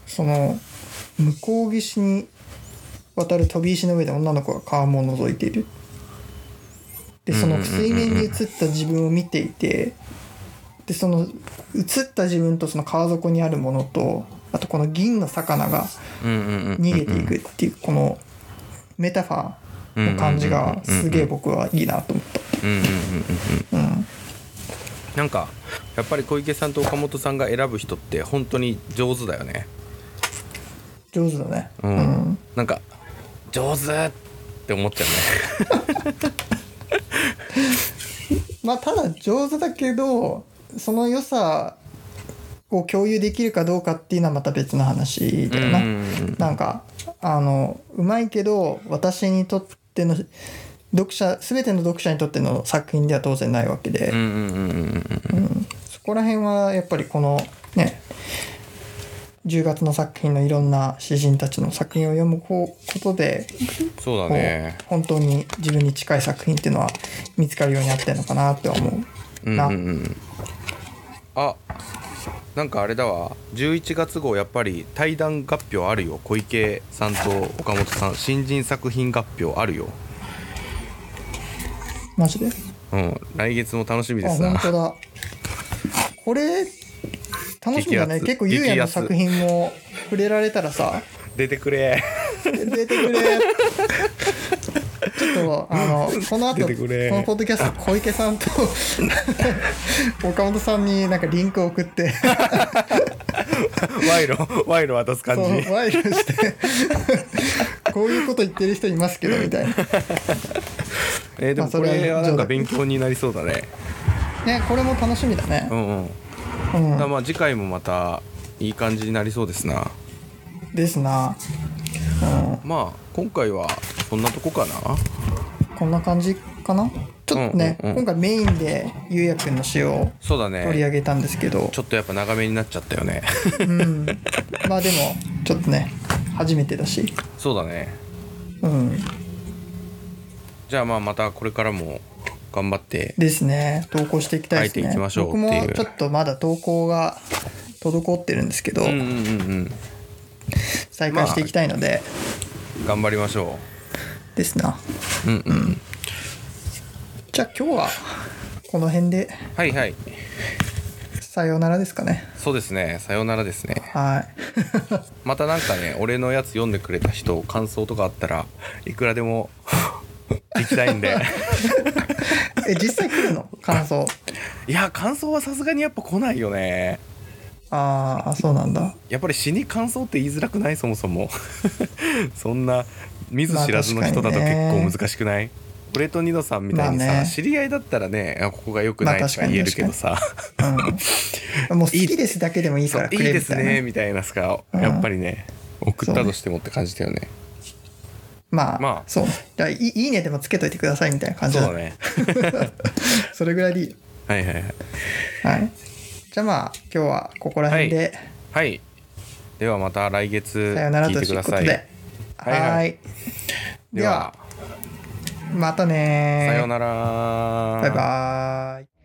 [SPEAKER 1] その向こう岸に渡る飛び石の上で女の子が川面を覗いているでその水面に映った自分を見ていてでその映った自分とその川底にあるものとあとこの銀の魚が
[SPEAKER 2] うんうんうん
[SPEAKER 1] 逃げていくっていうこのメタファーの感じがすげえ僕はいいなと思った。
[SPEAKER 2] うんうんうんうんうんなんかやっぱり小池さんと岡本さんが選ぶ人って本当に上手だよね
[SPEAKER 1] 上手だね。
[SPEAKER 2] う、
[SPEAKER 1] うんん。
[SPEAKER 2] なんか上手って思っちゃうね
[SPEAKER 1] まあただ上手だけどその良さを共有できるかどうかっていうのはまた別の話だよな。
[SPEAKER 2] うん
[SPEAKER 1] なんかあのうまいけど私にとっての読者全ての読者にとっての作品では当然ないわけで、
[SPEAKER 2] うんうんうんうんうん
[SPEAKER 1] そこら辺はやっぱりこのね10月の作品のいろんな詩人たちの作品を読むこことで
[SPEAKER 2] そうだ
[SPEAKER 1] こう
[SPEAKER 2] ね
[SPEAKER 1] 本当に自分に近い作品っていうのは見つかるようになってるのかなって思うな。
[SPEAKER 2] うんうんうんあなんかあれだわ11月号やっぱり対談合表あるよ小池さんと岡本さん新人作品合表あるよ
[SPEAKER 1] マジで
[SPEAKER 2] うん来月も楽しみで
[SPEAKER 1] あ
[SPEAKER 2] すな
[SPEAKER 1] 本当だこれ楽しみだね
[SPEAKER 2] 激アツ
[SPEAKER 1] 結構ゆうや
[SPEAKER 2] 激
[SPEAKER 1] の
[SPEAKER 2] アツ
[SPEAKER 1] 作品も触れられたらさ
[SPEAKER 2] 出てくれ
[SPEAKER 1] 出てくれちょっとあのこの後
[SPEAKER 2] 出てくれ
[SPEAKER 1] このポッドキャスト小池さんと岡本さんになんかリンクを送って
[SPEAKER 2] 賄賂賄賂渡す感
[SPEAKER 1] そ
[SPEAKER 2] じ
[SPEAKER 1] うワイルしてこういうこと言ってる人いますけどみたいな
[SPEAKER 2] えーで
[SPEAKER 1] ま
[SPEAKER 2] も
[SPEAKER 1] あそ
[SPEAKER 2] こ
[SPEAKER 1] れは
[SPEAKER 2] れはなん
[SPEAKER 1] 冗
[SPEAKER 2] か
[SPEAKER 1] 談
[SPEAKER 2] 勉強になりそうだね
[SPEAKER 1] ねこれも楽しみだね
[SPEAKER 2] うんうん
[SPEAKER 1] うん
[SPEAKER 2] だからまあ次回もまたいい感じになりそうですな
[SPEAKER 1] ですな
[SPEAKER 2] まあ今回はそんなとこかな
[SPEAKER 1] こんな感じかなちょっとね、
[SPEAKER 2] うんうんうん
[SPEAKER 1] 今回メインでゆうやくんの詩を
[SPEAKER 2] そうだ
[SPEAKER 1] 取り
[SPEAKER 2] ね
[SPEAKER 1] 上げたんですけど
[SPEAKER 2] ちょっとやっぱ長めになっちゃったよね
[SPEAKER 1] うん、まあでもちょっとね初めてだし
[SPEAKER 2] そうだね
[SPEAKER 1] うん
[SPEAKER 2] じゃあまあまたこれからも頑張って
[SPEAKER 1] ですね投稿していきたいです
[SPEAKER 2] 書いてい
[SPEAKER 1] ね
[SPEAKER 2] きましょうって
[SPEAKER 1] 僕
[SPEAKER 2] いう
[SPEAKER 1] もちょっとまだ投稿が滞ってるんですけど、
[SPEAKER 2] うんうんうん
[SPEAKER 1] 再開していきたいので、
[SPEAKER 2] うん頑張りましょ
[SPEAKER 1] ですな
[SPEAKER 2] ううんうん
[SPEAKER 1] じゃあ今日はこの辺で
[SPEAKER 2] はいはい
[SPEAKER 1] さようならですかね
[SPEAKER 2] そうですねさようならですね
[SPEAKER 1] はい
[SPEAKER 2] またなんかね俺のやつ読んでくれた人感想とかあったらいくらでも 行きた いんで
[SPEAKER 1] え実際来る の感想
[SPEAKER 2] いや感想はさすがにやっぱ来ないよね
[SPEAKER 1] ああそうなんだ
[SPEAKER 2] やっぱり詩に感想って言いづらくないそもそも そんな見ず知らずの人だ
[SPEAKER 1] まあ
[SPEAKER 2] と
[SPEAKER 1] 確
[SPEAKER 2] 結
[SPEAKER 1] かにね
[SPEAKER 2] 構難しくない、俺とニノさんみたいにさ、
[SPEAKER 1] まあね
[SPEAKER 2] 知り合いだったらねあここが良くない
[SPEAKER 1] まあ
[SPEAKER 2] と
[SPEAKER 1] 確
[SPEAKER 2] か
[SPEAKER 1] かに
[SPEAKER 2] 言えるけどさ、
[SPEAKER 1] うんもう好きですだけでもいいか
[SPEAKER 2] そう
[SPEAKER 1] ら
[SPEAKER 2] い
[SPEAKER 1] く
[SPEAKER 2] い
[SPEAKER 1] れ
[SPEAKER 2] で
[SPEAKER 1] み
[SPEAKER 2] す
[SPEAKER 1] たいな
[SPEAKER 2] ねみたいなさ
[SPEAKER 1] うん
[SPEAKER 2] やっぱりね、送ったとしてもって感じだよね
[SPEAKER 1] まあ、
[SPEAKER 2] まあ
[SPEAKER 1] そうじゃあいいいいねでもつけといてくださいみたいな感じ
[SPEAKER 2] そう
[SPEAKER 1] だ
[SPEAKER 2] だね
[SPEAKER 1] それぐらいでいいよ
[SPEAKER 2] はいはいはい
[SPEAKER 1] はいじゃあまあ今日はここら辺で、
[SPEAKER 2] はいではまた来月
[SPEAKER 1] さよなら
[SPEAKER 2] 聞い
[SPEAKER 1] と
[SPEAKER 2] てく
[SPEAKER 1] いう
[SPEAKER 2] だ
[SPEAKER 1] こと
[SPEAKER 2] さい
[SPEAKER 1] で
[SPEAKER 2] 聞いてください
[SPEAKER 1] はーい
[SPEAKER 2] はいは
[SPEAKER 1] ではまたねー
[SPEAKER 2] さようなら
[SPEAKER 1] バイバーイ